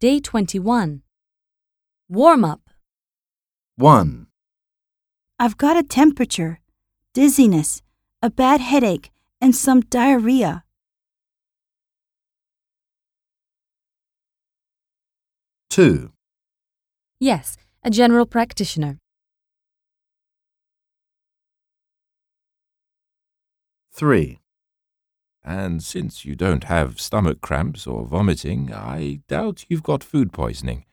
Day 21. Warm up. 1, I've got a temperature, dizziness, a bad headache, and some diarrhea. two, Yes, a general practitioner. three, And since you don't have stomach cramps or vomiting, I doubt you've got food poisoning.